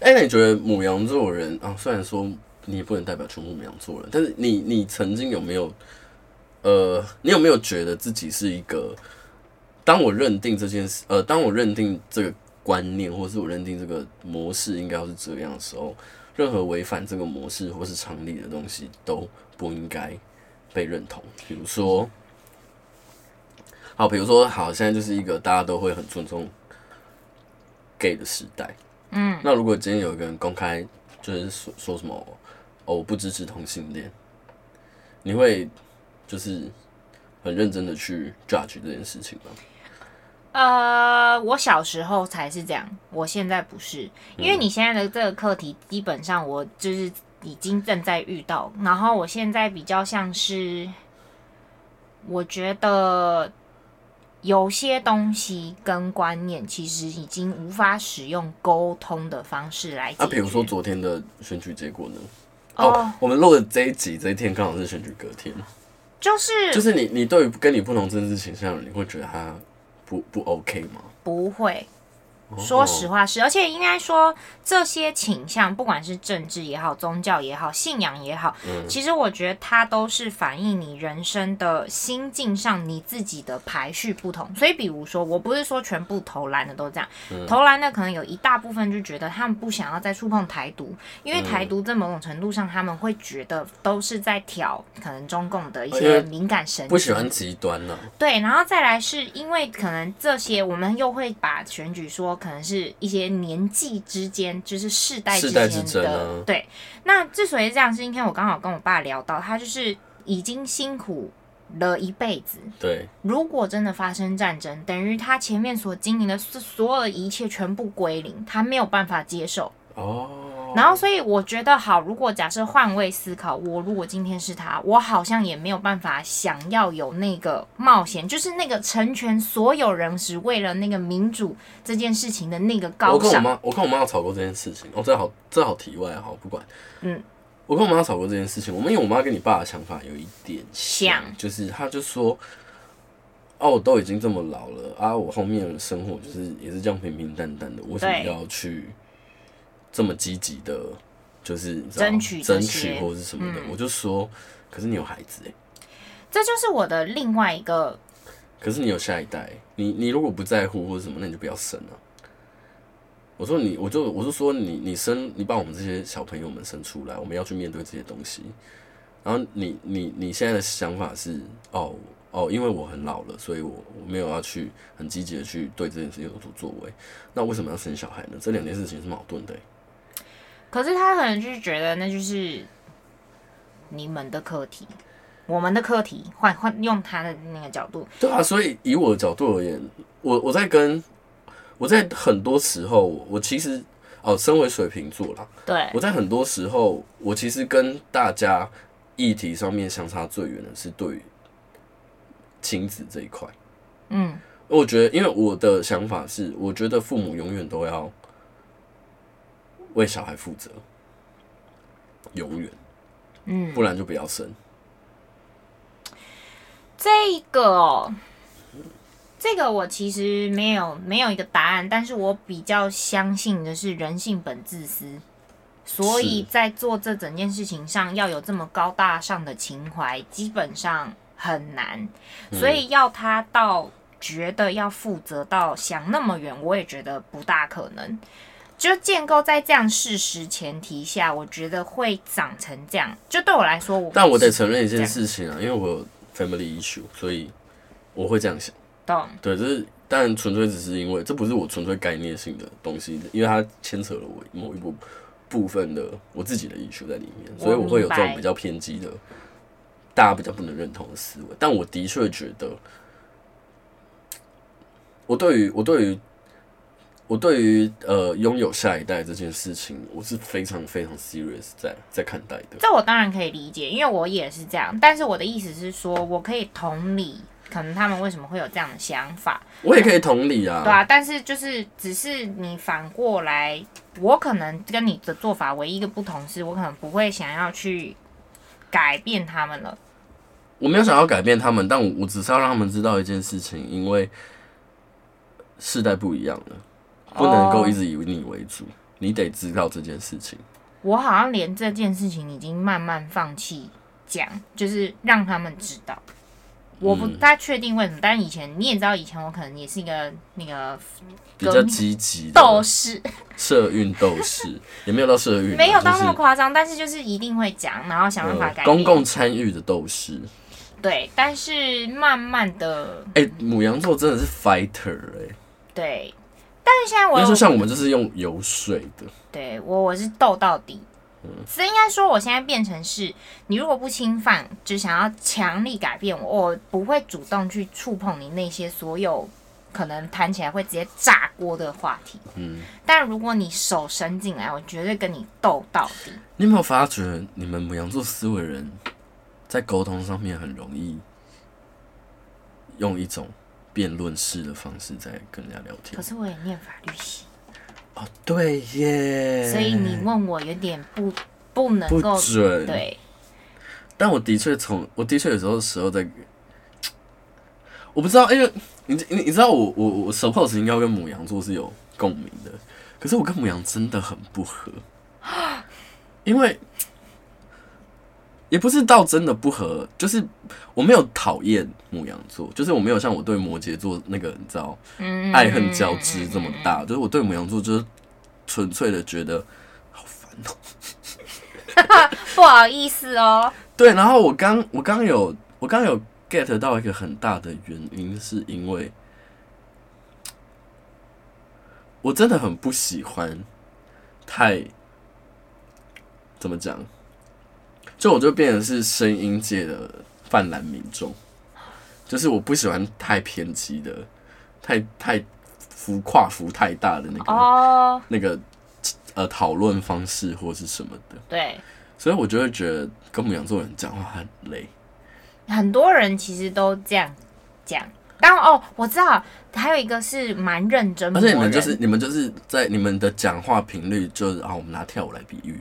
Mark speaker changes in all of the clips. Speaker 1: 哎，那你觉得母羊座人啊，虽然说你也不能代表全部母羊座人，但是你你曾经有没有，呃，你有没有觉得自己是一个，当我认定这件事，呃，当我认定这个观念，或是我认定这个模式应该要是这样的时候，任何违反这个模式或是常理的东西都不应该被认同。比如说，好，比如说，好，现在就是一个大家都会很尊重 gay 的时代。嗯，那如果今天有一个人公开就是说说什么哦，我不支持同性恋，你会就是很认真的去 judge 这件事情吗？
Speaker 2: 呃，我小时候才是这样，我现在不是，因为你现在的这个课题，基本上我就是已经正在遇到，然后我现在比较像是，我觉得有些东西跟观念其实已经无法使用沟通的方式来解决。
Speaker 1: 啊，比如说昨天的选举结果呢？
Speaker 2: 哦嗯
Speaker 1: 哦，我们录的这一集这一天刚好是选举隔天，
Speaker 2: 就是
Speaker 1: 就是你你对于跟你不同政治倾向的人，你会觉得他不不 OK 吗？
Speaker 2: 不会。
Speaker 1: 哦
Speaker 2: 说实话是，而且应该说这些倾向，不管是政治也好、宗教也好、信仰也好，
Speaker 1: 嗯
Speaker 2: 其实我觉得它都是反映你人生的心境上你自己的排序不同。所以，比如说，我不是说全部投篮的都这样，
Speaker 1: 嗯
Speaker 2: 投篮的可能有一大部分就觉得他们不想要再触碰台独，
Speaker 1: 嗯
Speaker 2: 因为台独在某种程度上他们会觉得都是在挑可能中共的一
Speaker 1: 因为
Speaker 2: 些敏感神经，
Speaker 1: 不喜欢极端呢、
Speaker 2: 对，然后再来是因为可能这些，我们又会把选举说可能是一些年纪之间，就是世代
Speaker 1: 世
Speaker 2: 之
Speaker 1: 代
Speaker 2: 间
Speaker 1: 之争
Speaker 2: 的。
Speaker 1: 啊
Speaker 2: 对，那之所以这样，是因为我刚好跟我爸聊到，他就是已经辛苦了一辈子，
Speaker 1: 对，
Speaker 2: 如果真的发生战争，等于他前面所经营的所所有的一切全部归零，他没有办法接受。
Speaker 1: 哦，
Speaker 2: 然后，所以我觉得好，如果假设换位思考，我如果今天是他，我好像也没有办法想要有那个冒险，就是那个成全所有人，是为了那个民主这件事情的那个
Speaker 1: 我
Speaker 2: 高
Speaker 1: 跟我
Speaker 2: 尚。
Speaker 1: 妈，我跟我妈有吵过这件事情。哦，这好，这好题外啊，好不管。
Speaker 2: 嗯，
Speaker 1: 我跟我妈吵过这件事情。我们因为我妈跟你爸的想法有一点像，
Speaker 2: 像
Speaker 1: 就是她就说，哦，我都已经这么老了啊，我后面的生活就是也是这样平平淡淡的，为什么
Speaker 2: 对
Speaker 1: 要去这么积极的，就是你知道
Speaker 2: 争取这
Speaker 1: 争
Speaker 2: 些嗯
Speaker 1: 取或者是什么的？我就说，可是你有孩子哎、
Speaker 2: 这就是我的另外一个，
Speaker 1: 可是你有下一代，你你如果不在乎或者什么，那你就不要生了、我说你，我就我就说你，你生，你把我们这些小朋友们生出来，我们要去面对这些东西。然后你你你现在的想法是，哦哦，因为我很老了，所以我我没有要去很积极的去对这件事情有所作为。那为什么要生小孩呢？这两件事情是矛盾的欸、
Speaker 2: 可是他可能就是觉得那就是你们的课题，我们的课题，换换用他的那个角度，
Speaker 1: 对啊，所以以我的角度而言，我我在跟我在很多时候，我其实哦，身为水瓶座啦，
Speaker 2: 对
Speaker 1: 我在很多时候，我其实跟大家议题上面相差最远的是对于亲子这一块。
Speaker 2: 嗯，
Speaker 1: 我觉得，因为我的想法是，我觉得父母永远都要为小孩负责，永远，
Speaker 2: 嗯，
Speaker 1: 不然就不要生。
Speaker 2: 这个哦，这个我其实没有没有一个答案，但是我比较相信的是人性本自私，所以
Speaker 1: 是
Speaker 2: 在做这整件事情上要有这么高大上的情怀，基本上很难，
Speaker 1: 嗯
Speaker 2: 所以要他到觉得要负责到想那么远，我也觉得不大可能。就建构在这样事实前提下，我觉得会长成这样。就对我来说，我
Speaker 1: 但我得承认一件事情啊，因为我有 family issue，所以我会这样想。
Speaker 2: 懂，
Speaker 1: 对，这是但纯粹只是因为这不是我纯粹概念性的东西，因为它牵扯了我某一部部分的我自己的艺术在里面，
Speaker 2: 我
Speaker 1: 所以我会有这
Speaker 2: 明
Speaker 1: 种
Speaker 2: 白
Speaker 1: 比较偏激的，大家比较不能认同的思维。但我的确觉得，我对于我对于我对于呃拥有下一代这件事情，我是非常非常 serious 在在看待的。
Speaker 2: 这我当然可以理解，因为我也是这样。但是我的意思是说，我可以同理，可能他们为什么会有这样的想法，
Speaker 1: 我也可以同理啊，
Speaker 2: 对啊。但是就是只是你反过来，我可能跟你的做法唯一一个不同是，我可能不会想要去改变他们了。
Speaker 1: 我没有想要改变他们，但我我只是要让他们知道一件事情，因为世代不一样了，不能够一直以你为主。你得知道这件事情。
Speaker 2: 我好像连这件事情已经慢慢放弃讲，就是让他们知道。我不太确定为什么，但是以前你也知道，以前我可能也是一个那个
Speaker 1: 比较积极的
Speaker 2: 斗士，
Speaker 1: 社运斗士，也没有到社运啊，
Speaker 2: 没有到
Speaker 1: 就是
Speaker 2: 那么夸张，但是就是一定会讲，然后想办法
Speaker 1: 呃
Speaker 2: 改变。
Speaker 1: 公共参与的斗士。
Speaker 2: 对，但是慢慢的
Speaker 1: 哎、母羊座真的是 fighter 哎、
Speaker 2: 对，但是现在
Speaker 1: 应
Speaker 2: 我
Speaker 1: 该
Speaker 2: 有
Speaker 1: 说像我们就是用游说的，
Speaker 2: 对我我是斗到底，
Speaker 1: 嗯
Speaker 2: 所以应该说我现在变成是，你如果不侵犯，只想要强力改变我，我不会主动去触碰你那些所有可能谈起来会直接炸锅的话题。
Speaker 1: 嗯，
Speaker 2: 但如果你手伸进来，我绝对跟你斗到底。
Speaker 1: 你有没有发觉你们母羊座思维人在沟通上面很容易用一种辩论式的方式在跟人家聊
Speaker 2: 可
Speaker 1: 天？
Speaker 2: 是我也念法律系，
Speaker 1: 哦，对耶，
Speaker 2: 所以你问我有点不不能
Speaker 1: 嗯不
Speaker 2: 够
Speaker 1: 准，
Speaker 2: 对，
Speaker 1: 但我的确从我的确有时候时候在，我不知道，因为你你你知道我我我 suppose 应该跟母羊座是有共鸣的，可是我跟母羊真的很不合，因为也不是到真的不合，就是我没有讨厌母羊座，就是我没有像我对摩羯座那个你知道
Speaker 2: 嗯，
Speaker 1: 爱恨交织这么大，就是我对母羊座就是纯粹的觉得好烦哦、
Speaker 2: 不好意思哦，
Speaker 1: 对，然后我刚我刚有我刚有 get 到一个很大的原因，是因为我真的很不喜欢太怎么讲，就我就变成是声音界的泛滥民众，就是我不喜欢太偏激的、太太幅跨幅太大的那个、
Speaker 2: 哦，
Speaker 1: 那个呃讨论方式或是什么的。
Speaker 2: 对，
Speaker 1: 所以我就会觉得跟母羊座人讲话很累。
Speaker 2: 很多人其实都这样讲。但哦，我知道还有一个是蛮认真
Speaker 1: 而
Speaker 2: 磨人，
Speaker 1: 且你们就是你们就是在你们的讲话频率就是啊，我们拿跳舞来比喻，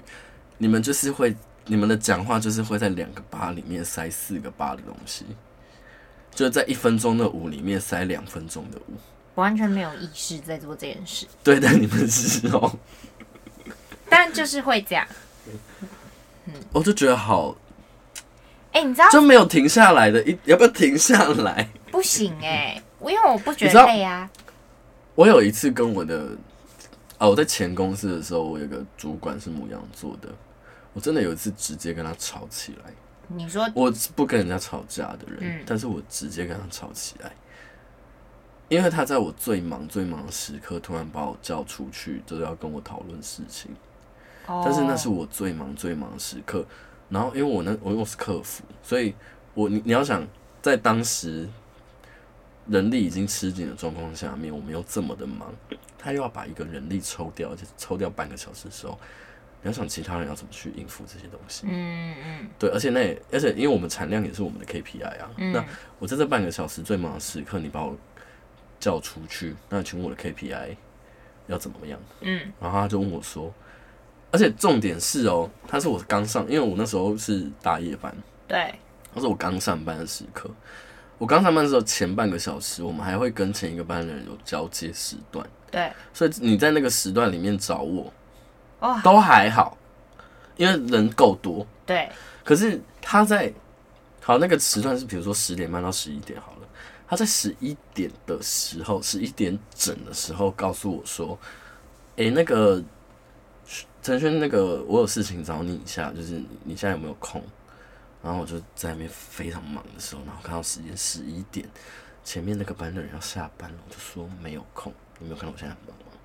Speaker 1: 你们就是会你们的讲话就是会在两个八里面塞四个八的东西，就是在一分钟的舞里面塞两分钟的舞。
Speaker 2: 完全没有意识在做这件事，
Speaker 1: 对但你们是哦，
Speaker 2: 但就是会这样。
Speaker 1: 我就觉得好
Speaker 2: 哎、你知道
Speaker 1: 就没有停下来的一要不要停下来？
Speaker 2: 不行哎、我因为我不觉
Speaker 1: 你知道
Speaker 2: 得累啊。
Speaker 1: 我有一次跟我的，哦，我在前公司的时候，我有个主管是母羊座的，我真的有一次直接跟他吵起来。
Speaker 2: 你说
Speaker 1: 我是不跟人家吵架的人，
Speaker 2: 嗯
Speaker 1: 但是我直接跟他吵起来，因为他在我最忙最忙的时刻突然把我叫出去，就是要跟我讨论事情。
Speaker 2: 哦，
Speaker 1: 但是那是我最忙最忙的时刻。然后因为我那我我是客服，所以我你你要想在当时人力已经吃紧的状况下面，我们又这么的忙，他又要把一个人力抽掉，而且抽掉半个小时的时候，你要想其他人要怎么去应付这些东西。
Speaker 2: 嗯嗯
Speaker 1: 对，而且那也而且因为我们产量也是我们的 KPI 啊，
Speaker 2: 嗯
Speaker 1: 那我在这半个小时最忙的时刻，你把我叫出去，那请问我的 KPI 要怎么样？
Speaker 2: 嗯
Speaker 1: 然后他就问我说，而且重点是哦，他是我刚上，因为我那时候是大夜班，
Speaker 2: 对，
Speaker 1: 他是我刚上班的时刻。我刚上班的时候，前半个小时我们还会跟前一个班的人有交接时段，
Speaker 2: 对，
Speaker 1: 所以你在那个时段里面找我
Speaker 2: 哇，
Speaker 1: 都还好，因为人够多。
Speaker 2: 对，
Speaker 1: 可是他在好那个时段是比如说十点半到十一点好了，他在十一点的时候，十一点整的时候告诉我说：“诶，那个陈轩，那个我有事情找你一下，就是你你现在有没有空？”然后我就在那边非常忙的时候，然后看到时间十一点，前面那个班的人要下班了，我就说没有空。你没有看到我现在很忙吗？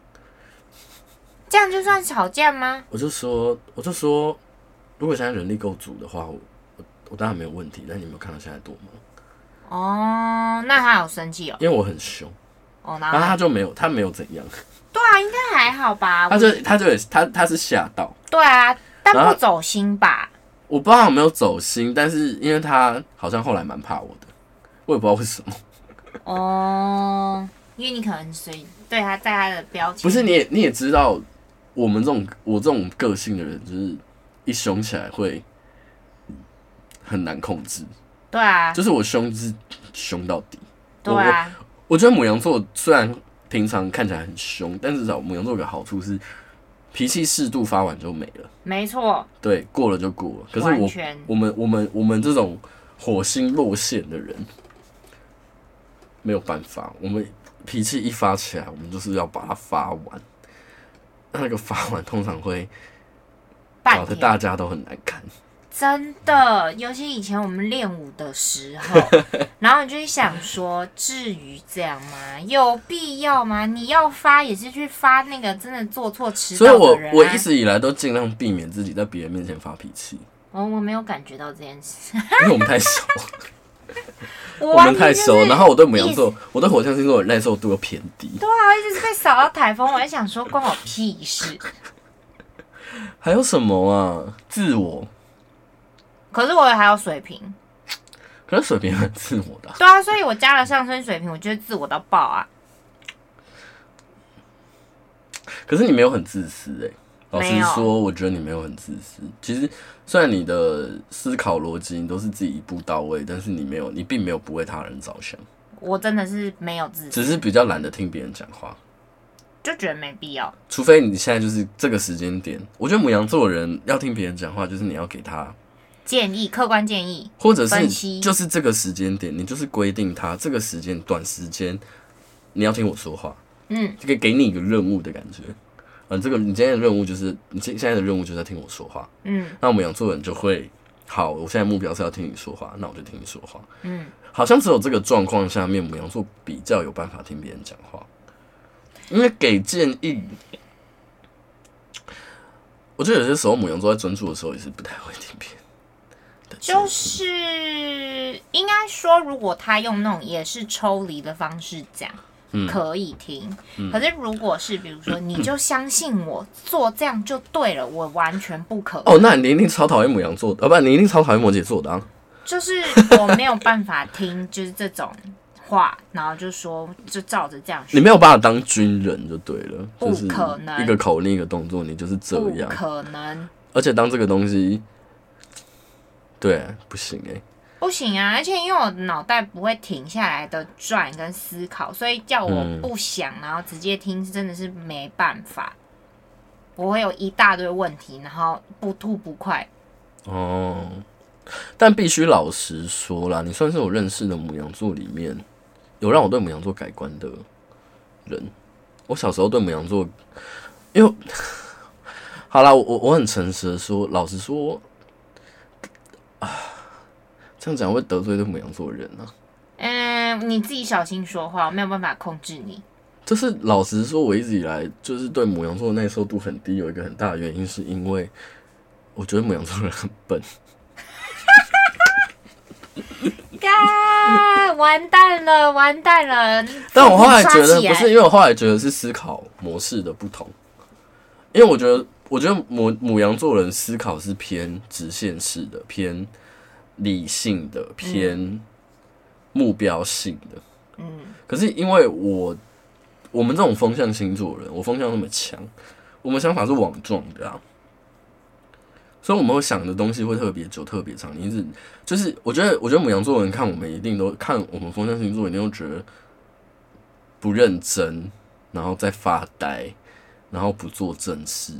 Speaker 2: 这样就算吵架吗？
Speaker 1: 我就说，我就说，如果现在人力够足的话，我我我当然没有问题。但你有没有看到现在多忙？
Speaker 2: 哦，那他有生气哦，
Speaker 1: 因为我很凶，
Speaker 2: 哦，
Speaker 1: 然后
Speaker 2: 然后
Speaker 1: 啊他就没有，他没有怎样，
Speaker 2: 对啊，应该还好吧？
Speaker 1: 他就他就也他他是吓到，
Speaker 2: 对啊，但
Speaker 1: 然后
Speaker 2: 不走心吧？
Speaker 1: 我不知道有没有走心，但是因为他好像后来蛮怕我的，我也不知道为什么。
Speaker 2: 哦，因为你可能随对他在他的标签
Speaker 1: 不是你也你也知道，我们这种我这种个性的人，就是一凶起来会很难控制，
Speaker 2: 对啊，
Speaker 1: 就是我凶就是凶到底。
Speaker 2: 对啊，
Speaker 1: 我觉得母羊座虽然平常看起来很凶，但至少母羊座有个好处是，脾气适度发完就没了，
Speaker 2: 没错，
Speaker 1: 对，过了就过了。可
Speaker 2: 完
Speaker 1: 是
Speaker 2: 全
Speaker 1: 我我们我们我们这种火星落线的人，没有办法，我们脾气一发起来，我们就是要把它发完。那个发完通常会搞
Speaker 2: 半
Speaker 1: 得
Speaker 2: 天
Speaker 1: 大家都很难看，
Speaker 2: 真的，尤其以前我们练舞的时 候，然后你就会想说，至于这样吗？有必要吗？你要发也是去发那个真的做错迟
Speaker 1: 所以
Speaker 2: 到
Speaker 1: 我
Speaker 2: 的人、啊。
Speaker 1: 我一直以来都尽量避免自己在别人面前发脾 气，
Speaker 2: 我我没有感觉到这件 事，
Speaker 1: 因为我们太熟，
Speaker 2: 我
Speaker 1: 我
Speaker 2: 完
Speaker 1: 们
Speaker 2: 全
Speaker 1: 太
Speaker 2: 就
Speaker 1: 熟，
Speaker 2: 是
Speaker 1: 然后我对母羊座，我对火象星座的耐受度又偏低。
Speaker 2: 对啊，一直是被扫到台风，我还想说关我屁事。
Speaker 1: 还有什么啊？自我，
Speaker 2: 可是我还有水平，
Speaker 1: 可是水瓶很自我的啊、
Speaker 2: 对啊，所以我加了上升水平，我觉得自我到爆啊，
Speaker 1: 可是你没有很自私哎、老
Speaker 2: 没
Speaker 1: 实
Speaker 2: 有
Speaker 1: 说，我觉得你没有很自私。其实虽然你的思考逻辑你都是自己一步到位，但是你没有，你并没有不为他人着想，
Speaker 2: 我真的是没有自信，
Speaker 1: 只是比较懒得听别人讲话。
Speaker 2: 就觉得没必要。
Speaker 1: 除非你现在就是这个时间点，我觉得母羊座的人要听别人讲话，就是你要给他，
Speaker 2: 建议，客观建议，
Speaker 1: 或者是
Speaker 2: 分析
Speaker 1: 就是这个时间点，你就是规定他这个时间短时间你要听我说话，
Speaker 2: 嗯，
Speaker 1: 这个给你一个任务的感觉。嗯，这个你今天的任务就是你现现在的任务就是在听我说话。
Speaker 2: 嗯
Speaker 1: 那我们羊座人就会，好，我现在目标是要听你说话，那我就听你说话。
Speaker 2: 嗯，
Speaker 1: 好像只有这个状况下面，母羊座比较有办法听别人讲话，因为给建议，我觉得有些时候母羊座在专注的时候也是不太会听别人的建议。
Speaker 2: 就是应该说，如果他用那种也是抽离的方式讲。
Speaker 1: 嗯
Speaker 2: 可以听，可是如果是比如说，你就相信我做这样就对了，我完全不可
Speaker 1: 哦，那你一定超讨厌母羊座的，啊，不，你一定超讨厌摩羯座的、啊。
Speaker 2: 就是我没有办法听，就是这种话，然后就说就照着这样
Speaker 1: 你
Speaker 2: 学，
Speaker 1: 没有把它当军人就对了，
Speaker 2: 不
Speaker 1: 就是
Speaker 2: 可能
Speaker 1: 一个口令一个动作，你就是这
Speaker 2: 不
Speaker 1: 样。
Speaker 2: 可能，
Speaker 1: 而且当这个东西，对，不行哎、
Speaker 2: 不行啊！而且因为我脑袋不会停下来的转跟思考，所以叫
Speaker 1: 嗯
Speaker 2: 我不想，然后直接听，真的是没办法。我会有一大堆问题，然后不吐不快。
Speaker 1: 哦，但必须老实说啦，你算是我认识的母羊座里面有让我对母羊座改观的人。我小时候对母羊座，因为 好啦，我我我很诚实的说，老实说啊，这样讲会得罪对母羊座的人啊。
Speaker 2: 嗯，你自己小心说话，我没有办法控制你。
Speaker 1: 就是老实说，我一直以来就是对母羊座的耐受度很低，有一个很大的原因是因为我觉得母羊座人很笨。
Speaker 2: 干，完蛋了，完蛋了！
Speaker 1: 但我后来觉得
Speaker 2: 刷起
Speaker 1: 不
Speaker 2: 来
Speaker 1: 是，因为我后来觉得是思考模式的不同，因为我觉得，我觉得母母羊座人思考是偏直线式的、偏理性的、偏目标性的。
Speaker 2: 嗯，
Speaker 1: 可是因为我我们这种风象星座人，我风象那么强，我们想法是网状的啊，所以我们会想的东西会特别久、特别长。你一直就是，我觉得，我觉得母羊座人看我们一定都看我们风象星座，一定都觉得不认真，然后在发呆，然后不做正事，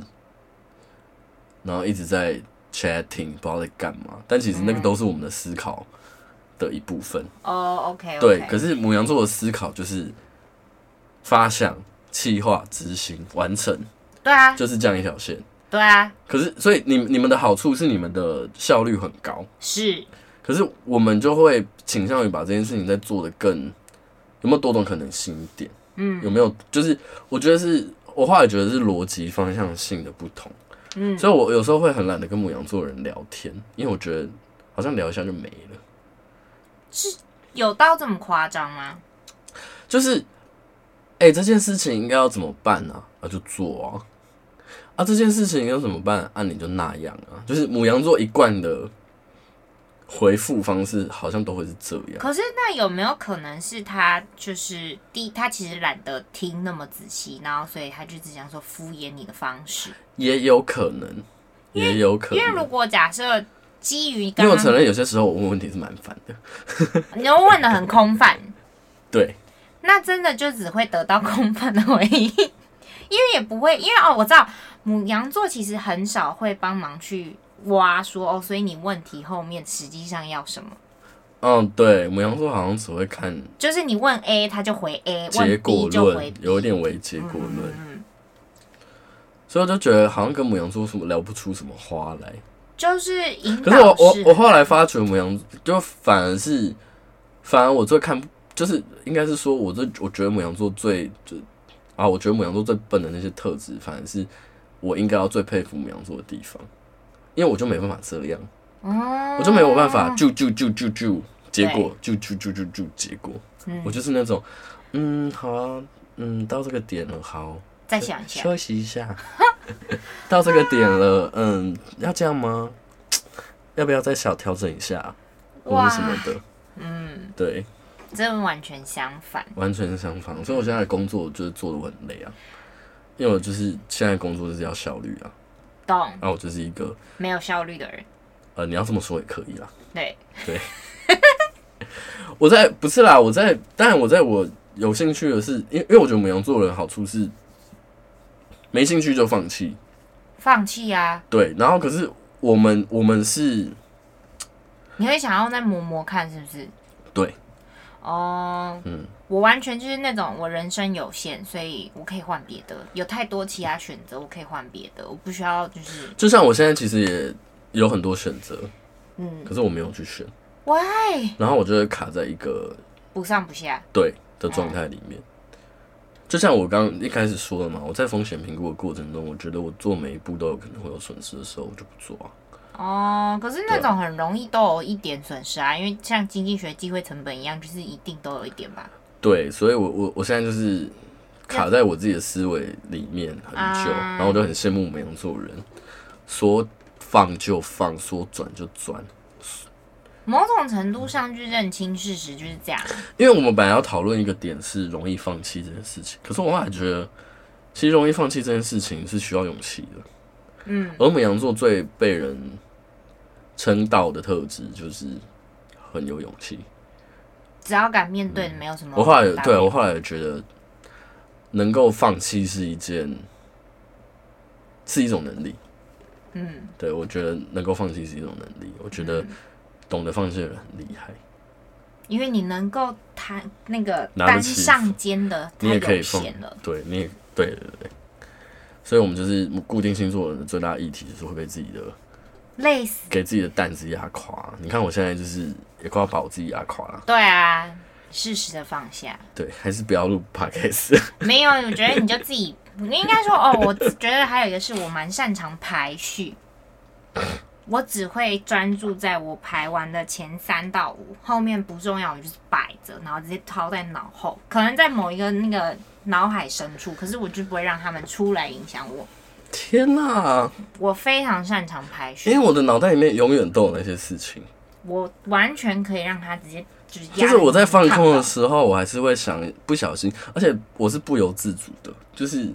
Speaker 1: 然后一直在 chatting，不知道在干嘛。但其实那个都是我们的思考的一部分。
Speaker 2: 哦，OK，OK、o k
Speaker 1: 对，可是母羊座的思考就是发想、计划、执行、完成，
Speaker 2: 对啊，
Speaker 1: 就是这样一条线。
Speaker 2: 对啊，
Speaker 1: 可是，所以你你们的好处是你们的效率很高，
Speaker 2: 是
Speaker 1: 可是我们就会倾向于把这件事情再做得更有没有多种可能性一点？
Speaker 2: 嗯，
Speaker 1: 有没有？就是我觉得是我后来觉得是逻辑方向性的不同，
Speaker 2: 嗯
Speaker 1: 所以我有时候会很懒得跟母羊座的人聊天，因为我觉得好像聊一下就没了。
Speaker 2: 有到这么夸张吗？
Speaker 1: 就是，哎、这件事情应该要怎么办呢、啊？就做啊。啊，这件事情要怎么办？啊，你就那样啊。就是母羊座一贯的回复方式，好像都会是这样。
Speaker 2: 可是那有没有可能是他就是第一他其实懒得听那么仔细，然后所以他就只想说敷衍你的方式？
Speaker 1: 也有可能，也有可
Speaker 2: 因为如
Speaker 1: 能。
Speaker 2: 果假设基于
Speaker 1: 因
Speaker 2: 刚
Speaker 1: 为我承
Speaker 2: 刚
Speaker 1: 认，有些时候我问问题是蛮烦的。
Speaker 2: 你又问的很空泛，
Speaker 1: 对，
Speaker 2: 那真的就只会得到空泛的回应，因为也不会，因为哦，我知道母羊座其实很少会帮忙去挖说哦，所以你问题后面实际上要什么？
Speaker 1: 嗯，对，母羊座好像只会看
Speaker 2: 就是你问 A，他就回 A；
Speaker 1: 结
Speaker 2: 问 B
Speaker 1: 果
Speaker 2: 就回
Speaker 1: 论
Speaker 2: B，，
Speaker 1: 有一点为结果论，
Speaker 2: 嗯，
Speaker 1: 所以我就觉得好像跟母羊座什么聊不出什么花来。
Speaker 2: 就是引
Speaker 1: 可是我
Speaker 2: 导
Speaker 1: 我
Speaker 2: 式
Speaker 1: 我后来发觉母羊就反而是，反而我最看不就是应该是说我最我觉得母羊座最就啊，我觉得母羊座最笨的那些特质，反而是我应该要最佩服母羊座的地方，因为我就没办法这样，
Speaker 2: 嗯
Speaker 1: 我就没有办法就就就就就结果就就就就就结果，
Speaker 2: 嗯
Speaker 1: 我就是那种嗯好啊嗯到这个点了好。
Speaker 2: 再想一下，
Speaker 1: 休息一下。 到这个点了，嗯，要这样吗？要不要再小调整一下，或
Speaker 2: 哇
Speaker 1: 者什么的？嗯，对，
Speaker 2: 真的完全相反。
Speaker 1: 完全相反。所以我现在的工作就是做的我很累啊，因为我就是现在工作就是要效率啊，
Speaker 2: 懂，
Speaker 1: 那我就是一个
Speaker 2: 没有效率的人，
Speaker 1: 呃，你要这么说也可以啦。
Speaker 2: 对，
Speaker 1: 我在不是啦，我在，当然我在我有兴趣的是，因为因为我觉得母羊座的人好处是没兴趣就放弃，
Speaker 2: 放弃啊！
Speaker 1: 对，然后可是我们我们是
Speaker 2: 你会想要再磨磨看，是不是？
Speaker 1: 对，
Speaker 2: 哦，
Speaker 1: 嗯
Speaker 2: 我完全就是那种我人生有限，所以我可以换别的，有太多其他选择，我可以换别的，我不需要就是
Speaker 1: 就像我现在其实也有很多选择，
Speaker 2: 嗯
Speaker 1: 可是我没有去选，
Speaker 2: ，why
Speaker 1: 然后我就会卡在一个
Speaker 2: 不上不下，
Speaker 1: 对的状态里面。就像我刚一开始说的嘛，我在风险评估的过程中，我觉得我做每一步都有可能会有损失的时候，我就不做啊。
Speaker 2: 哦，可是那
Speaker 1: 对
Speaker 2: 种很容易都有一点损失啊，因为像经济学机会成本一样，就是一定都有一点吧。
Speaker 1: 对，所以我我我现在就是卡在我自己的思维里面很久，
Speaker 2: 啊
Speaker 1: 然后我就很羡慕没羊座人，说放就放，说转就转。
Speaker 2: 某种程度上去认清事实就是这样，
Speaker 1: 因为我们本来要讨论一个点是容易放弃这件事情，可是我后来觉得，其实容易放弃这件事情是需要勇气的。
Speaker 2: 嗯，
Speaker 1: 而母羊座最被人称道的特质就是很有勇气。
Speaker 2: 只要敢面对，没有什么
Speaker 1: 嗯我
Speaker 2: 大不
Speaker 1: 后
Speaker 2: 了。
Speaker 1: 来对啊我后来觉得，能够放弃是一件，是一种能力。
Speaker 2: 嗯，
Speaker 1: 对我觉得能够放弃是一种能力。我觉得懂得放弃的人很厉害，
Speaker 2: 因为你能够摊那个
Speaker 1: 拿得
Speaker 2: 担
Speaker 1: 起
Speaker 2: 上肩的，
Speaker 1: 你也可
Speaker 2: 太
Speaker 1: 以
Speaker 2: 有
Speaker 1: 放
Speaker 2: 限了。。
Speaker 1: 对，你也对对对对。所以，我们就是固定星座人的最大议题，就是会被自己的
Speaker 2: 累死。
Speaker 1: 给自己的担子压垮。啊你看我现在就是也快要把我自己压垮了。
Speaker 2: 对啊，适时的放下。
Speaker 1: 对，还是不要录 podcast。
Speaker 2: 没有，我觉得你就自己， 你应该说哦，我觉得还有一个是我蛮擅长排序，我只会专注在我排完的前三到五，后面不重要，我就是摆着，然后直接抛在脑后，可能在某一个那个脑海深处，可是我就不会让他们出来影响我。
Speaker 1: 天哪、
Speaker 2: 我非常擅长排
Speaker 1: 因
Speaker 2: 序
Speaker 1: 为，我的脑袋里面永远都有那些事情，
Speaker 2: 我完全可以让他直接就是压
Speaker 1: 就是我在放空
Speaker 2: 着
Speaker 1: 的时候，我还是会想不小心，而且我是不由自主的，就是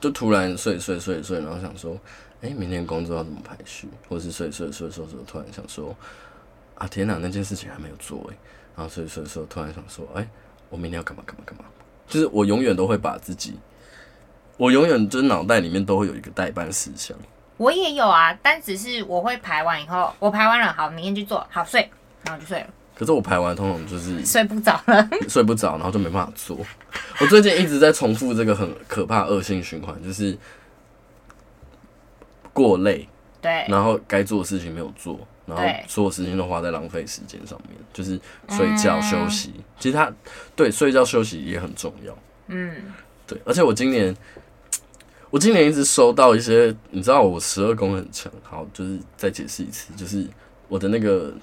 Speaker 1: 就突然睡睡睡睡，然后想说，哎、明天工作要怎么排序，或是睡睡睡睡睡，突然想说，啊天哪，那件事情还没有做哎、然后睡睡睡，突然想说，哎、我明天要干嘛干嘛干嘛，就是我永远都会把自己，我永远就是脑袋里面都会有一个代办事项。
Speaker 2: 我也有啊，但只是我会排完以后，我排完了，好，明天去做，好睡，然后就睡了，
Speaker 1: 可是我排完，通常就是
Speaker 2: 睡不着了。
Speaker 1: 睡不着，然后就没办法做。我最近一直在重复这个很可怕的恶性循环，就是过累，
Speaker 2: 对，
Speaker 1: 然后该做的事情没有做，然后
Speaker 2: 对
Speaker 1: 所有事情都花在浪费时间上面，就是睡觉、休息。其实它对睡觉休息也很重要，
Speaker 2: 嗯，
Speaker 1: 对。而且我今年，我今年一直收到一些，你知道我十二宫很强，好，就是再解释一次，就是我的那个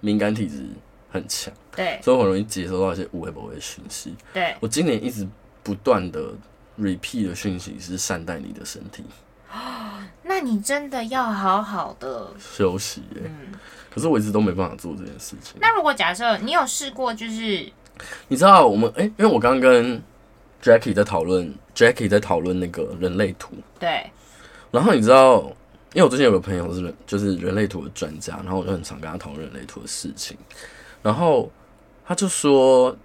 Speaker 1: 敏感体质很强，
Speaker 2: 对
Speaker 1: 所以我很容易接收到一些无微不微的讯息。
Speaker 2: 对，
Speaker 1: 我今年一直不断的 repeat 的讯息是善待你的身体，
Speaker 2: 那你真的要好好的。
Speaker 1: 休息、欸。可是我一直都没办法做这件事情。
Speaker 2: 那如果假设你有试过，就是
Speaker 1: 你知道我们哎、欸因为我刚刚跟 Jackie 在讨论，Jackie 在讨论那个人类图，
Speaker 2: 对，
Speaker 1: 然后你知道，因为我最近有个朋友是人，就是人类图的专家，然后我就很常跟他讨论人类图的事情，然后他就说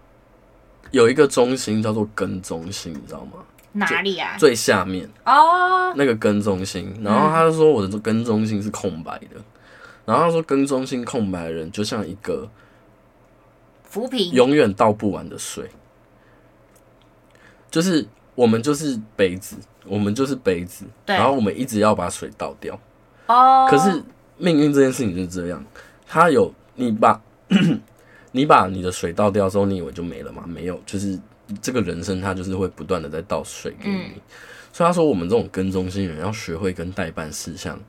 Speaker 1: 有一个中心叫做跟踪性，你知道吗？
Speaker 2: 哪里啊？
Speaker 1: 最下面
Speaker 2: 哦，
Speaker 1: 那个跟踪心，然后他就说我的跟踪心是空白的，然后他说跟踪心空白的人就像一个
Speaker 2: 扶贫
Speaker 1: 永远倒不完的水，就是我们就是杯子，我们就是杯子，
Speaker 2: 对
Speaker 1: 然后我们一直要把水倒掉。
Speaker 2: 哦，
Speaker 1: 可是命运这件事情就是这样，它有你把 你把你的水倒掉之后，你以为就没了吗？没有，就是这个人生它就是会不断的在倒水给
Speaker 2: 嗯
Speaker 1: 你。所以他说，我们这种跟踪心人要学会跟代办事项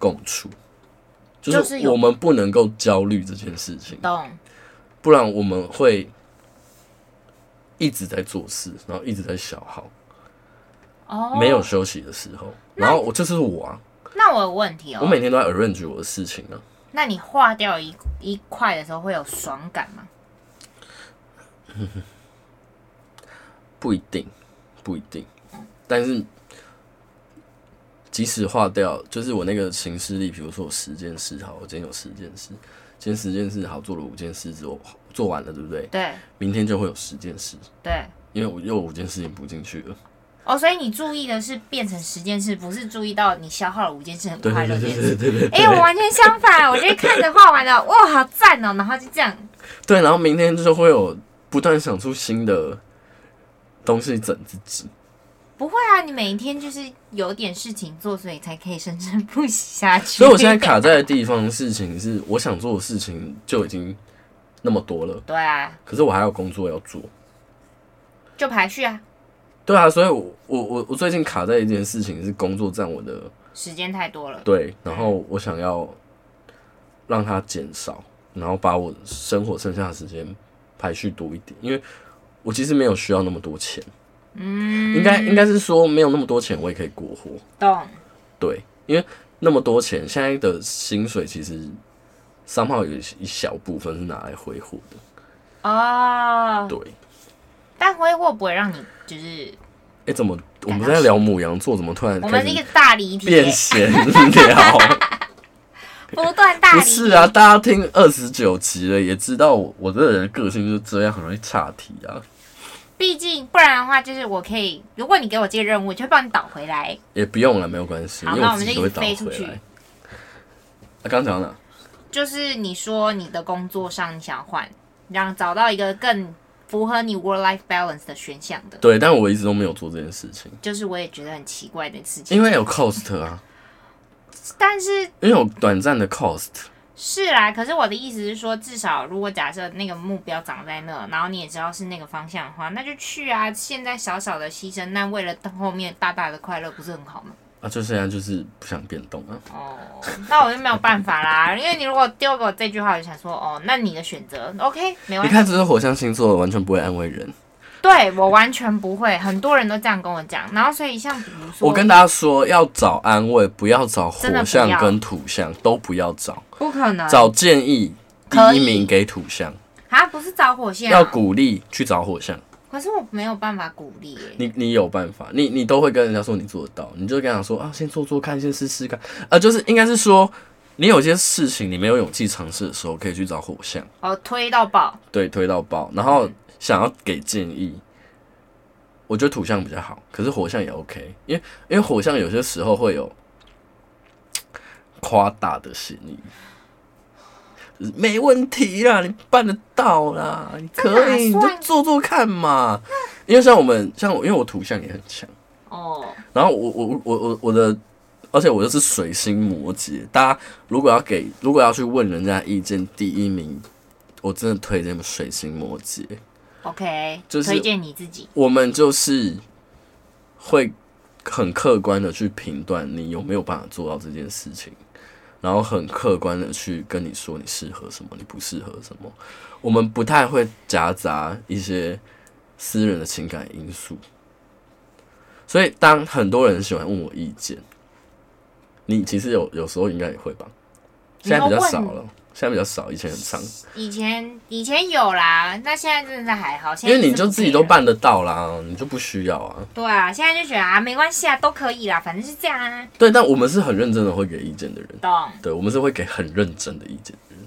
Speaker 1: 共处，就
Speaker 2: 就是
Speaker 1: 是
Speaker 2: 有
Speaker 1: 我们不能够焦虑这件事情，
Speaker 2: 懂
Speaker 1: 不然我们会一直在做事，然后一直在消耗，
Speaker 2: 哦，
Speaker 1: 没有。休息的时候。然后我这就是我啊，
Speaker 2: 那我有问题
Speaker 1: 我
Speaker 2: 哦，
Speaker 1: 每天都在 arrange 我的事情啊。
Speaker 2: 那你划掉一一块的时候会有爽感吗？
Speaker 1: 不一定，不一定。但是即使划掉，就是我那个行事历，比如说我十件事，好，我今天有十件事，今天十件事好做了五件事之后做完了，对不对？
Speaker 2: 对
Speaker 1: 明天就会有十件事，
Speaker 2: 对。
Speaker 1: 因为我又有五件事情补进去了。
Speaker 2: 哦，所以你注意的是变成十件事，不是注意到你消耗了五件事很
Speaker 1: 对
Speaker 2: 快乐
Speaker 1: 对对
Speaker 2: 这件事。
Speaker 1: 对对对
Speaker 2: 哎、我完全相反，我就是看着画完了，哇，好赞哦，然后就这样。
Speaker 1: 对，然后明天就会有不断想出新的东西整自己。
Speaker 2: 不会啊，你每一天就是有点事情做，所以才可以生生不息下去。
Speaker 1: 所以我现在卡在的地方事情是，我想做的事情就已经那么多了，
Speaker 2: 对啊，
Speaker 1: 可是我还有工作要做。
Speaker 2: 就排序啊，
Speaker 1: 对啊，所以我我我我最近卡在一件事情是工作占我的
Speaker 2: 时间太多了。
Speaker 1: 对，然后我想要让它减少，然后把我生活剩下的时间排序多一点，因为我其实没有需要那么多钱，嗯，应该应该是说没有那么多钱我也可以过活，
Speaker 2: 懂，
Speaker 1: 对，因为那么多钱现在的薪水其实商号有一小部分是拿来挥霍的，
Speaker 2: 哦，
Speaker 1: 对，
Speaker 2: 但挥霍不会让你就是
Speaker 1: 哎、怎么我们在聊母羊座，怎么突然开
Speaker 2: 我们是一
Speaker 1: 始
Speaker 2: 个大离题
Speaker 1: 变
Speaker 2: 耶，
Speaker 1: 闲 聊？
Speaker 2: 不断大
Speaker 1: 不
Speaker 2: 离
Speaker 1: 是
Speaker 2: 题。
Speaker 1: 啊，大家听二十九集了，也知道我我这个人个性就是这样，很容易岔题啊。
Speaker 2: 毕竟不然的话，就是我可以，如果你给我这个任务，我就会帮你导回来。
Speaker 1: 也不用了，没有关系，因
Speaker 2: 好
Speaker 1: 为
Speaker 2: 那
Speaker 1: 我
Speaker 2: 我
Speaker 1: 自己
Speaker 2: 们
Speaker 1: 都
Speaker 2: 就一
Speaker 1: 会
Speaker 2: 直
Speaker 1: 倒
Speaker 2: 飞出
Speaker 1: 回
Speaker 2: 去
Speaker 1: 来。啊，刚刚讲到哪？
Speaker 2: 就是你说你的工作上你想换，让找到一个更符合你 work life balance 的选项的，
Speaker 1: 对，但我一直都没有做这件事情，
Speaker 2: 就是我也觉得很奇怪的事情。
Speaker 1: 因为有 cost 啊，
Speaker 2: 但是
Speaker 1: 因为有短暂的 cost。
Speaker 2: 是啦，可是我的意思是说，至少如果假设那个目标长在那，然后你也知道是那个方向的话，那就去啊。现在小小的牺牲，那为了后面大大的快乐，不是很好 吗？
Speaker 1: 啊，就现在就是不想变动啊，
Speaker 2: 哦，那我就没有办法啦，因为你如果丢给我这句话，我就想说，哦，那你的选择，OK，没
Speaker 1: 你
Speaker 2: 问题。
Speaker 1: 看，这是火象星座，完全不会安慰人。
Speaker 2: 对我完全不会，很多人都这样跟我讲，然后所以像比如说，
Speaker 1: 我跟大家说，要找安慰，不要找
Speaker 2: 真的
Speaker 1: 火
Speaker 2: 不
Speaker 1: 象
Speaker 2: 要
Speaker 1: 跟土象，都不要找，
Speaker 2: 不可能
Speaker 1: 找建议第
Speaker 2: 可以
Speaker 1: 一名给土象，
Speaker 2: 啊，不是找火线、啊，
Speaker 1: 要鼓励去找火象。
Speaker 2: 可是我没有办法鼓励耶、
Speaker 1: 你你有办法，你你都会跟人家说你做得到，你就跟人家说啊，先做做看，先试试看，啊，就是应该是说，你有些事情你没有勇气尝试的时候，可以去找火象，
Speaker 2: 哦，推到爆，
Speaker 1: 对，推到爆，然后想要给建议，我觉得土象比较好，可是火象也 OK，因为因为火象有些时候会有夸大的嫌疑。没问题啦，你办得到啦，你可以，
Speaker 2: 这哪算
Speaker 1: 你就做做看嘛。因为像我们，像我，因为我土象也很强。
Speaker 2: 哦，
Speaker 1: 然后我我我我我的，而且我又是水星摩羯，大家如果要给如果要去问人家意见，第一名我真的推荐水星摩羯。
Speaker 2: OK，
Speaker 1: 就是
Speaker 2: 推荐你自己，
Speaker 1: 我们就是会很客观的去评断你有没有办法做到这件事情，然后很客观的去跟你说你适合什么，你不适合什么。我们不太会夹杂一些私人的情感因素，所以当很多人喜欢问我意见，你其实有有时候应该也会吧，现在比较少
Speaker 2: 你要
Speaker 1: 了，现在比较少，以前很常，
Speaker 2: 以前以前有啦，那现在真的还好，现
Speaker 1: 因
Speaker 2: 在
Speaker 1: 为你就自己都
Speaker 2: 是不给了，
Speaker 1: 办得到啦，你就不需要啊。
Speaker 2: 对啊，现在就觉得啊，没关系啊，都可以啦，反正是这样啊，
Speaker 1: 对，但我们是很认真的会给意见的人，
Speaker 2: 懂？
Speaker 1: 对，我们是会给很认真的意见的人。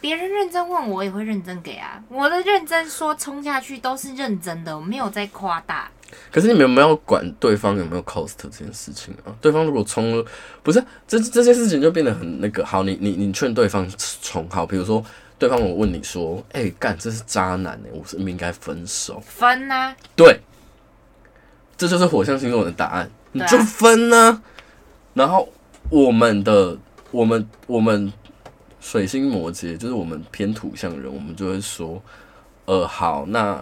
Speaker 2: 别人认真问我也会认真给啊，我的认真说冲下去都是认真的，我没有在夸大，
Speaker 1: 可是你们有没有管对方有没有 cost 这件事情啊？对方如果冲了，不是这这件事情就变得很那个。好，你你你劝对方冲好，比如说对方我问你说，哎、干这是渣男哎、我是不是应该分手？
Speaker 2: 分啊呢、
Speaker 1: 对，这就是火象星座的答案，你
Speaker 2: 对啊
Speaker 1: 就分呢、然后我们的我们我们水星摩羯就是我们偏土象人，我们就会说，呃，好，那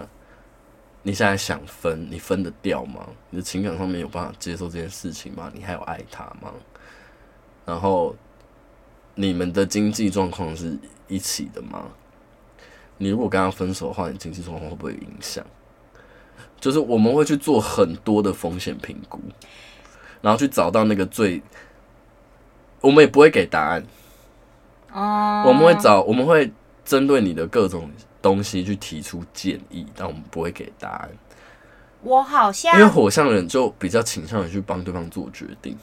Speaker 1: 你现在想分，你分得掉吗？你的情感上面有办法接受这件事情吗？你还有爱他吗？然后你们的经济状况是一起的吗？你如果跟他分手的话，你经济状况会不会有影响？就是我们会去做很多的风险评估，然后去找到那个最，我们也不会给答案，
Speaker 2: 哦，
Speaker 1: 我们会找，我们会针对你的各种东西去提出建议，但我们不会给答案，
Speaker 2: 我好
Speaker 1: 因为
Speaker 2: 像，
Speaker 1: 火象人就比较倾向于去帮对方做决定。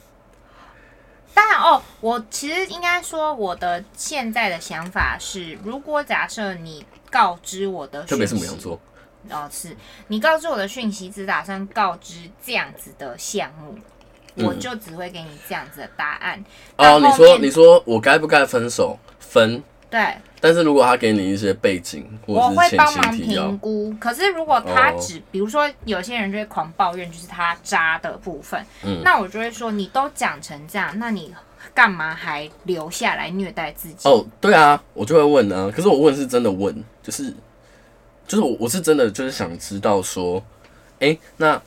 Speaker 2: 当然哦，我其实应该说我的现在的想法是，如果假设你告知我的讯息，
Speaker 1: 特别是母羊座，
Speaker 2: 哦，是你告知我的讯息只打算告知这样子的项目，
Speaker 1: 嗯
Speaker 2: 我就只会给你这样子的答案。
Speaker 1: 哦，
Speaker 2: 但
Speaker 1: 你
Speaker 2: 后
Speaker 1: 说
Speaker 2: 面
Speaker 1: 你说我该不该分手？分，
Speaker 2: 对，
Speaker 1: 但是如果他给你一些背景或
Speaker 2: 我
Speaker 1: 者
Speaker 2: 会
Speaker 1: 是前
Speaker 2: 帮忙
Speaker 1: 情提要
Speaker 2: 评，估。可是如果他
Speaker 1: 哦
Speaker 2: 只，比如说有些人就会狂抱怨，就是他渣的部分，
Speaker 1: 嗯
Speaker 2: 那我就会说，你都讲成这样，那你干嘛还留下来虐待自己？
Speaker 1: 哦，对啊，我就会问啊。可是我问是真的问，就是就是我我是真的就是想知道说，哎、那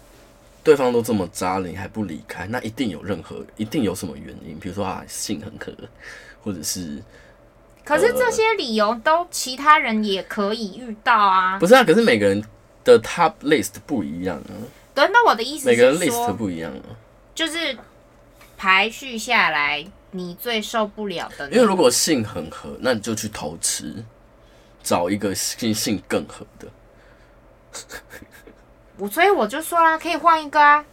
Speaker 1: 对方都这么渣了，你还不离开，那一定有任何一定有什么原因，比如说啊性很合，或者是
Speaker 2: 可是这些理由都其他人也可以遇到啊。
Speaker 1: 不是啊？可是每个人的 top list 不一样啊，
Speaker 2: 对，那我的意思
Speaker 1: 每个人
Speaker 2: 是
Speaker 1: list
Speaker 2: 说，
Speaker 1: 不一样啊。
Speaker 2: 就是排序下来，你最受不了的那个，
Speaker 1: 因为如果性很合，那你就去偷吃，找一个性性更合的。
Speaker 2: 我所以我就说啦，可以换一个啊，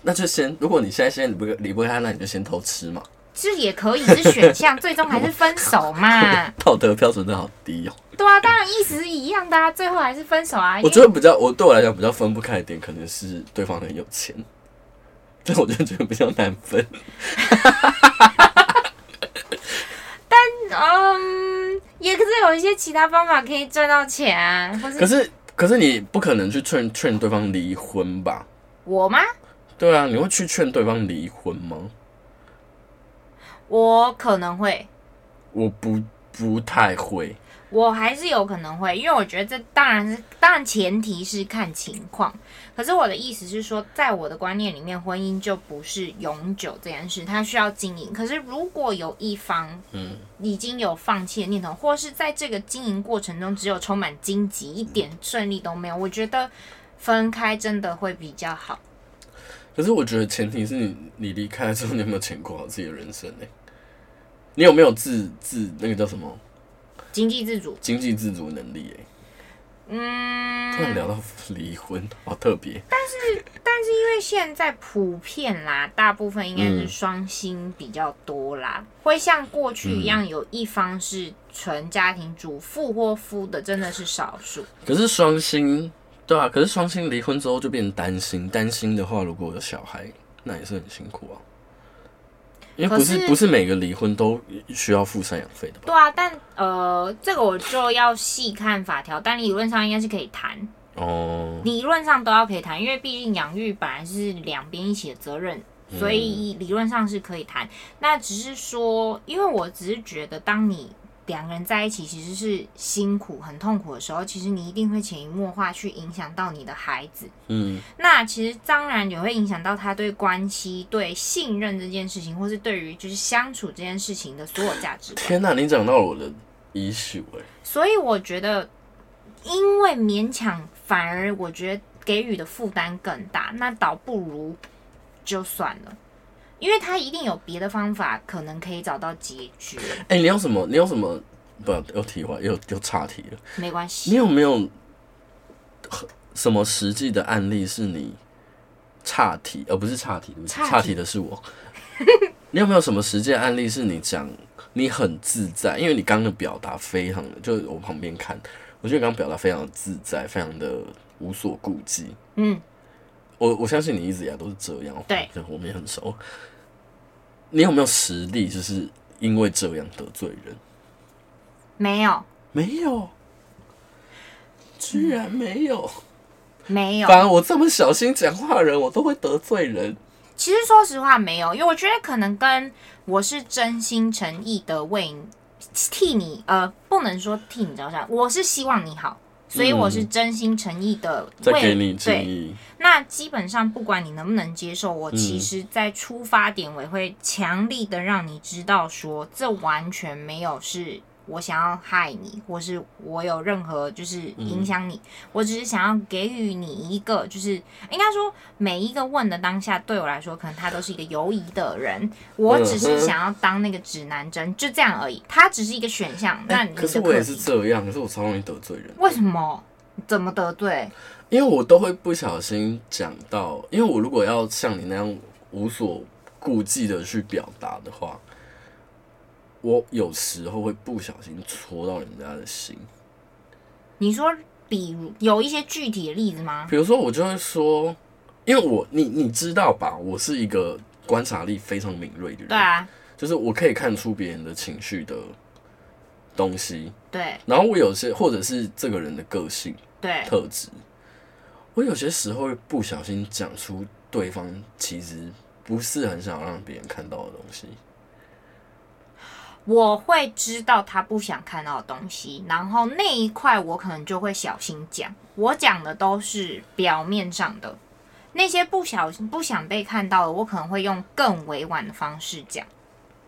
Speaker 1: 那就先，如果你现在现在离不离不开他，那你就先偷吃嘛。
Speaker 2: 这也可以是选项，最终还是分 手嘛。
Speaker 1: 道德标准真的好低哦、
Speaker 2: 对啊，当然意思是一样的啊，最后还是分手啊。
Speaker 1: 我
Speaker 2: 因
Speaker 1: 觉
Speaker 2: 为
Speaker 1: 得比较，我对我来讲比较分不开的点，可能是对方很有钱，但我就觉得比较难分。
Speaker 2: 嗯，也可是有一些其他方法可以赚到钱啊，或
Speaker 1: 可
Speaker 2: 是
Speaker 1: 是，可是你不可能去劝劝对方离婚吧？
Speaker 2: 我吗？
Speaker 1: 对啊，你会去劝对方离婚吗？
Speaker 2: 我可能会，
Speaker 1: 我不不太会。
Speaker 2: 我还是有可能会，因为我觉得这当然是，当然前提是看情况。可是我的意思是说，在我的观念里面，婚姻就不是永久这件事，它需要经营。可是如果有一方，嗯，已经有放弃的念头，或是在这个经营过程中只有充满荆棘，一点顺利都没有，我觉得分开真的会比较好。
Speaker 1: 可是我觉得前提是你你离开之后，你有没有钱过好自己的人生呢、你有没有自自那个叫什么
Speaker 2: 经济自主，
Speaker 1: 经济自主能力、欸？
Speaker 2: 嗯，
Speaker 1: 突然聊到离婚，好特别。
Speaker 2: 但是因为现在普遍啦，大部分应该是双薪比较多啦，会像过去一样有一方是纯家庭主妇或夫的，真的是少数。
Speaker 1: 可是双薪，对啊，可是双薪离婚之后就变单薪，单薪的话如果有小孩，那也是很辛苦啊。因为不是
Speaker 2: 可是
Speaker 1: 不是每个离婚都需要付赡养费的吧？
Speaker 2: 对啊，但呃，这个我就要细看法条，但理论上应该是可以谈，
Speaker 1: 哦，
Speaker 2: 理论上都要可以谈，因为毕竟养育本来是两边一起的责任，所以理论上是可以谈。那只是说，因为我只是觉得，当你两个人在一起其实是辛苦、很痛苦的时候，其实你一定会潜移默化去影响到你的孩子。
Speaker 1: 嗯，
Speaker 2: 那其实当然也会影响到他对关系、对信任这件事情，或是对于就是相处这件事情的所有价值观。
Speaker 1: 天哪、你讲到我的 issue 哎、
Speaker 2: 所以我觉得，因为勉强，反而我觉得给予的负担更大，那倒不如就算了，因为他一定有别的方法，可能可以找到解 决，
Speaker 1: 哎、你有什么？你有什么？不，又题外，又又岔题了。
Speaker 2: 没关
Speaker 1: 你
Speaker 2: 系。
Speaker 1: 有没有什么实际的案例是你岔题，呃而、不是岔题，对不起
Speaker 2: 岔题
Speaker 1: 岔题的是 我。你有没有什么实际的案例是你讲你很自在？因为你刚刚的表达非常的，就是我旁边看，我觉得你刚刚表达非常的自在，非常的无所顾忌。
Speaker 2: 嗯，
Speaker 1: 我我相信你一直以来都是这样，
Speaker 2: 对，
Speaker 1: 我们也很熟。你有没有实力，就是因为这样得罪人？
Speaker 2: 没有，
Speaker 1: 没有，居然没有。
Speaker 2: 没有。
Speaker 1: 反而我这么小心讲话的人，我都会得罪人。
Speaker 2: 其实说实话，没有，因为我觉得可能跟我是真心诚意的为你替你，呃，不能说替你着想，我是希望你好，所以我是真心诚意的
Speaker 1: 嗯再
Speaker 2: 为、
Speaker 1: 给你建
Speaker 2: 对。
Speaker 1: 议，
Speaker 2: 那基本上不管你能不能接受，我
Speaker 1: 嗯
Speaker 2: 其实在出发点我也会强力的让你知道说，这完全没有是。我想要害你，或是我有任何就是影响你，
Speaker 1: 嗯
Speaker 2: 我只是想要给予你一个，就是应该说每一个问的当下，对我来说，可能他都是一个犹疑的人，我只是想要当那个指南针，就这样而已。他只是一个选项，那你
Speaker 1: 哎
Speaker 2: 的
Speaker 1: 可是我也是这样，可是我超容易得罪人，
Speaker 2: 为什么？怎么得罪？
Speaker 1: 因为我都会不小心讲到，因为我如果要像你那样无所顾忌的去表达的话，我有时候会不小心戳到人家的心。
Speaker 2: 你说，比如有一些具体的例子吗？
Speaker 1: 比如说，我就会说，因为我你你知道吧，我是一个观察力非常敏锐的人，
Speaker 2: 对啊，
Speaker 1: 就是我可以看出别人的情绪的东西，
Speaker 2: 对
Speaker 1: 然后我有些或者是这个人的个性
Speaker 2: 对，
Speaker 1: 特质，我有些时候会不小心讲出对方其实不是很想让别人看到的东西。
Speaker 2: 我会知道他不想看到的东西，然后那一块我可能就会小心讲。我讲的都是表面上的，那些不小心不想被看到的，我可能会用更委婉的方式讲。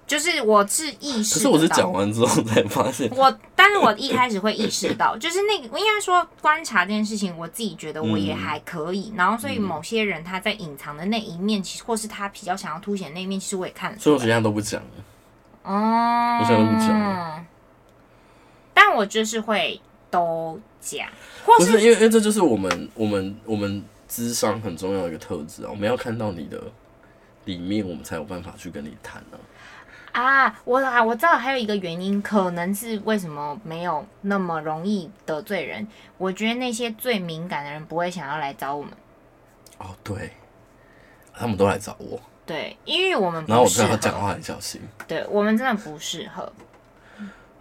Speaker 2: 就是我是意
Speaker 1: 可
Speaker 2: 识得到，
Speaker 1: 是我是讲完之后才发现，
Speaker 2: 我，但是我一开始会意识到， 就是那个，我应该说观察这件事情，我自己觉得我也还可以。然后，所以
Speaker 1: 嗯
Speaker 2: 某些人他在隐藏的那一面，其实或是他比较想要凸显的那一面，其实我也看得
Speaker 1: 所以
Speaker 2: 出
Speaker 1: 我现
Speaker 2: 来。
Speaker 1: 在都不讲了。
Speaker 2: 哦，
Speaker 1: 我现在都不讲了
Speaker 2: 但我就是会都讲，或
Speaker 1: 不
Speaker 2: 是
Speaker 1: 是因为，因为这就是我们我们我们智商很重要的一个特质啊，我们要看到你的里面，我们才有办法去跟你谈啊。
Speaker 2: 啊，我啊，我知道还有一个原因，可能是为什么没有那么容易得罪人。我觉得那些最敏感的人不会想要来找我们，
Speaker 1: 哦，对，他们都来找我，
Speaker 2: 对，因为我们
Speaker 1: 然后我
Speaker 2: 不适
Speaker 1: 知道
Speaker 2: 合
Speaker 1: 他。讲话很小心，
Speaker 2: 对我们真的不适合，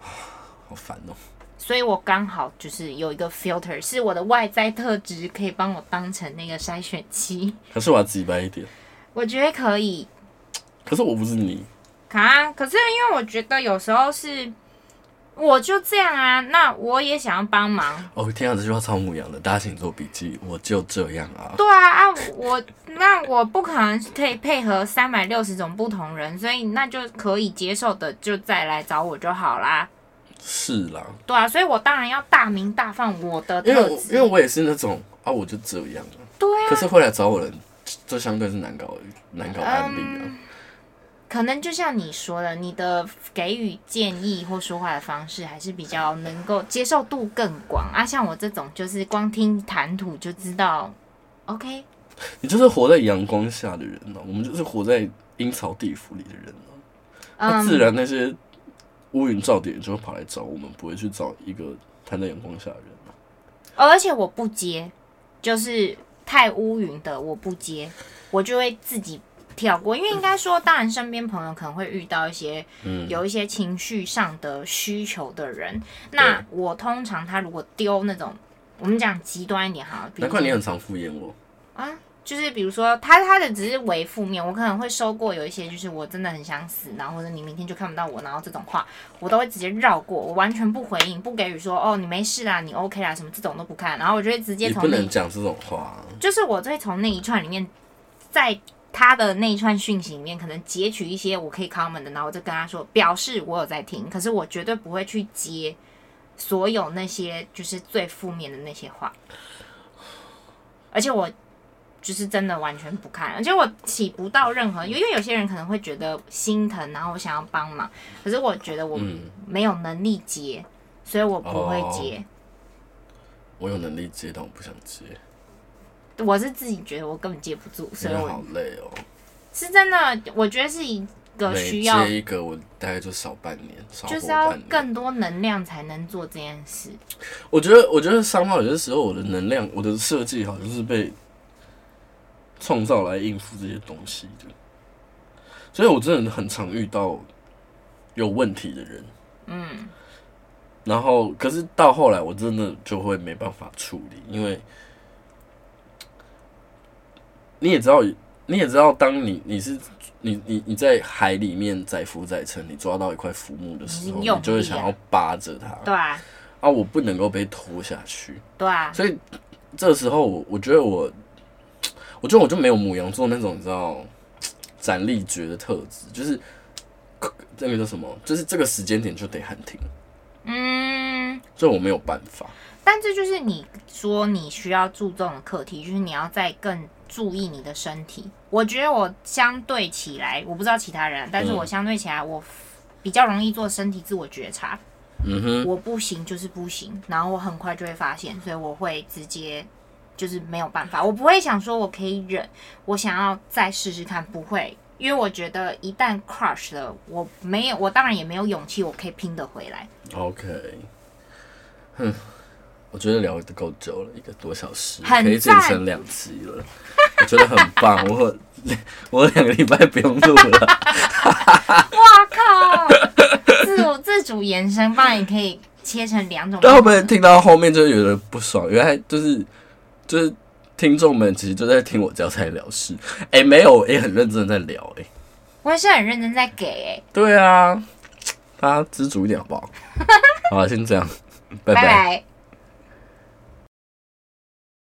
Speaker 1: 好烦哦、
Speaker 2: 所以我刚好就是有一个 filter，是我的外在特质可以帮我当成那个筛选器，
Speaker 1: 可是我要直白一点，
Speaker 2: 我觉得可以。
Speaker 1: 可是我不是你，
Speaker 2: 啊，可是因为我觉得有时候是我就这样啊，那我也想要帮忙。
Speaker 1: 哦，天啊，这句话超母羊的，大家请做笔记。我就这样啊，
Speaker 2: 对啊啊，我那我不可能可以配合三百六十种不同人，所以那就可以接受的就再来找我就好啦。
Speaker 1: 是啦，
Speaker 2: 对啊，所以我当然要大名大放我的
Speaker 1: 因为
Speaker 2: 特
Speaker 1: 我因
Speaker 2: 质。
Speaker 1: 为我也是那种啊，我就这样啊。
Speaker 2: 对啊，
Speaker 1: 可是会来找我的人，这相对是难搞的难搞案例啊。
Speaker 2: 嗯可能就像你说的，你的给予建议或说话的方式还是比较能够接受度更广啊。像我这种就是光听谈吐就知道，OK，
Speaker 1: 你就是活在阳光下的人呢、我们就是活在阴曹地府里的人呢、那
Speaker 2: 嗯，
Speaker 1: 自然那些乌云罩顶就会跑来找我们，不会去找一个摊在阳光下的人、啊。
Speaker 2: 哦而且我不接，就是太乌云的我不接，我就会自己跳过。因为应该说，当然身边朋友可能会遇到一些、
Speaker 1: 嗯
Speaker 2: 有一些情绪上的需求的人，那我通常他如果丢那种，我们讲极端一点哈，比如
Speaker 1: 难怪你很常敷衍我，
Speaker 2: 啊，就是比如说他他的只是为负面，我可能会收过有一些就是我真的很想死，然后或者你明天就看不到我，然后这种话我都会直接绕过，我完全不回应，不给予说哦你没事啦，你 OK 啦，什么这种都不看，然后我就会直接
Speaker 1: 你
Speaker 2: 从
Speaker 1: 不
Speaker 2: 那
Speaker 1: 能讲这种话啊、
Speaker 2: 就是我会从那一串里面，在他的那一串讯息里面，可能截取一些我可以 comment 的，然后我就跟他说，表示我有在听，可是我绝对不会去接所有那些就是最负面的那些话，而且我。就是真的完全不看，而且我起不到任何，因为有些人可能会觉得心疼，然后我想要帮忙，可是我觉得我
Speaker 1: 嗯
Speaker 2: 没有能力接，所以我不会接。
Speaker 1: 我有能力接，但我不想接，
Speaker 2: 我是自己觉得我根本接不住，所
Speaker 1: 因
Speaker 2: 以
Speaker 1: 为
Speaker 2: 我
Speaker 1: 好累哦、
Speaker 2: 是真的，我觉得是一个
Speaker 1: 每
Speaker 2: 需要，
Speaker 1: 接一个，我大概就少半年，少活
Speaker 2: 就是要
Speaker 1: 半年。
Speaker 2: 更多能量才能做这件事。
Speaker 1: 我觉得，我觉得商贸有些时候我的能量，我的设计好像是被创造来应付这些东西的。所以我真的很常遇到有问题的人，
Speaker 2: 嗯，
Speaker 1: 然后可是到后来我真的就会没办法处理，因为你也知道，你也知道，当你你是你你你在海里面载浮载沉，你抓到一块浮木的时候，
Speaker 2: 你
Speaker 1: 你
Speaker 2: 用力啊
Speaker 1: 就会想要扒着它，
Speaker 2: 对啊，
Speaker 1: 啊，我不能够被拖下去，
Speaker 2: 对啊，
Speaker 1: 所以这时候我我觉得我，我觉得我就没有母羊座那种你知道斩立决的特质，就是那个叫什么，就是这个时间点就得喊停，
Speaker 2: 嗯。
Speaker 1: 这我没有办法。
Speaker 2: 但这就是你说你需要注重的课题，就是你要再更注意你的身体。我觉得我相对起来，我不知道其他人，啊但是我相对起来，我比较容易做身体自我觉察。
Speaker 1: 嗯哼，
Speaker 2: 我不行就是不行，然后我很快就会发现，所以我会直接就是没有办法，我不会想说我可以忍，我想要再试试看，不会，因为我觉得一旦 crush 了，我没有，我当然也没有勇气，我可以拼得回来。
Speaker 1: OK，哼，我觉得聊得够久了，一个多小时，
Speaker 2: 很
Speaker 1: 可以剪
Speaker 2: 赞
Speaker 1: 成两集了，我觉得很棒。我 我两个礼拜不用录了，
Speaker 2: 哇靠！自我自主延伸，不然也可以切成两种。
Speaker 1: 但会不会听到后面就有人不爽？原来就是就是听众们其实就在听我教菜了事，哎、没有，也、很认真在聊、哎，
Speaker 2: 我也是很认真在给、欸，
Speaker 1: 对啊，大家知足一点好不好？好，先这样，拜拜。
Speaker 2: 拜拜。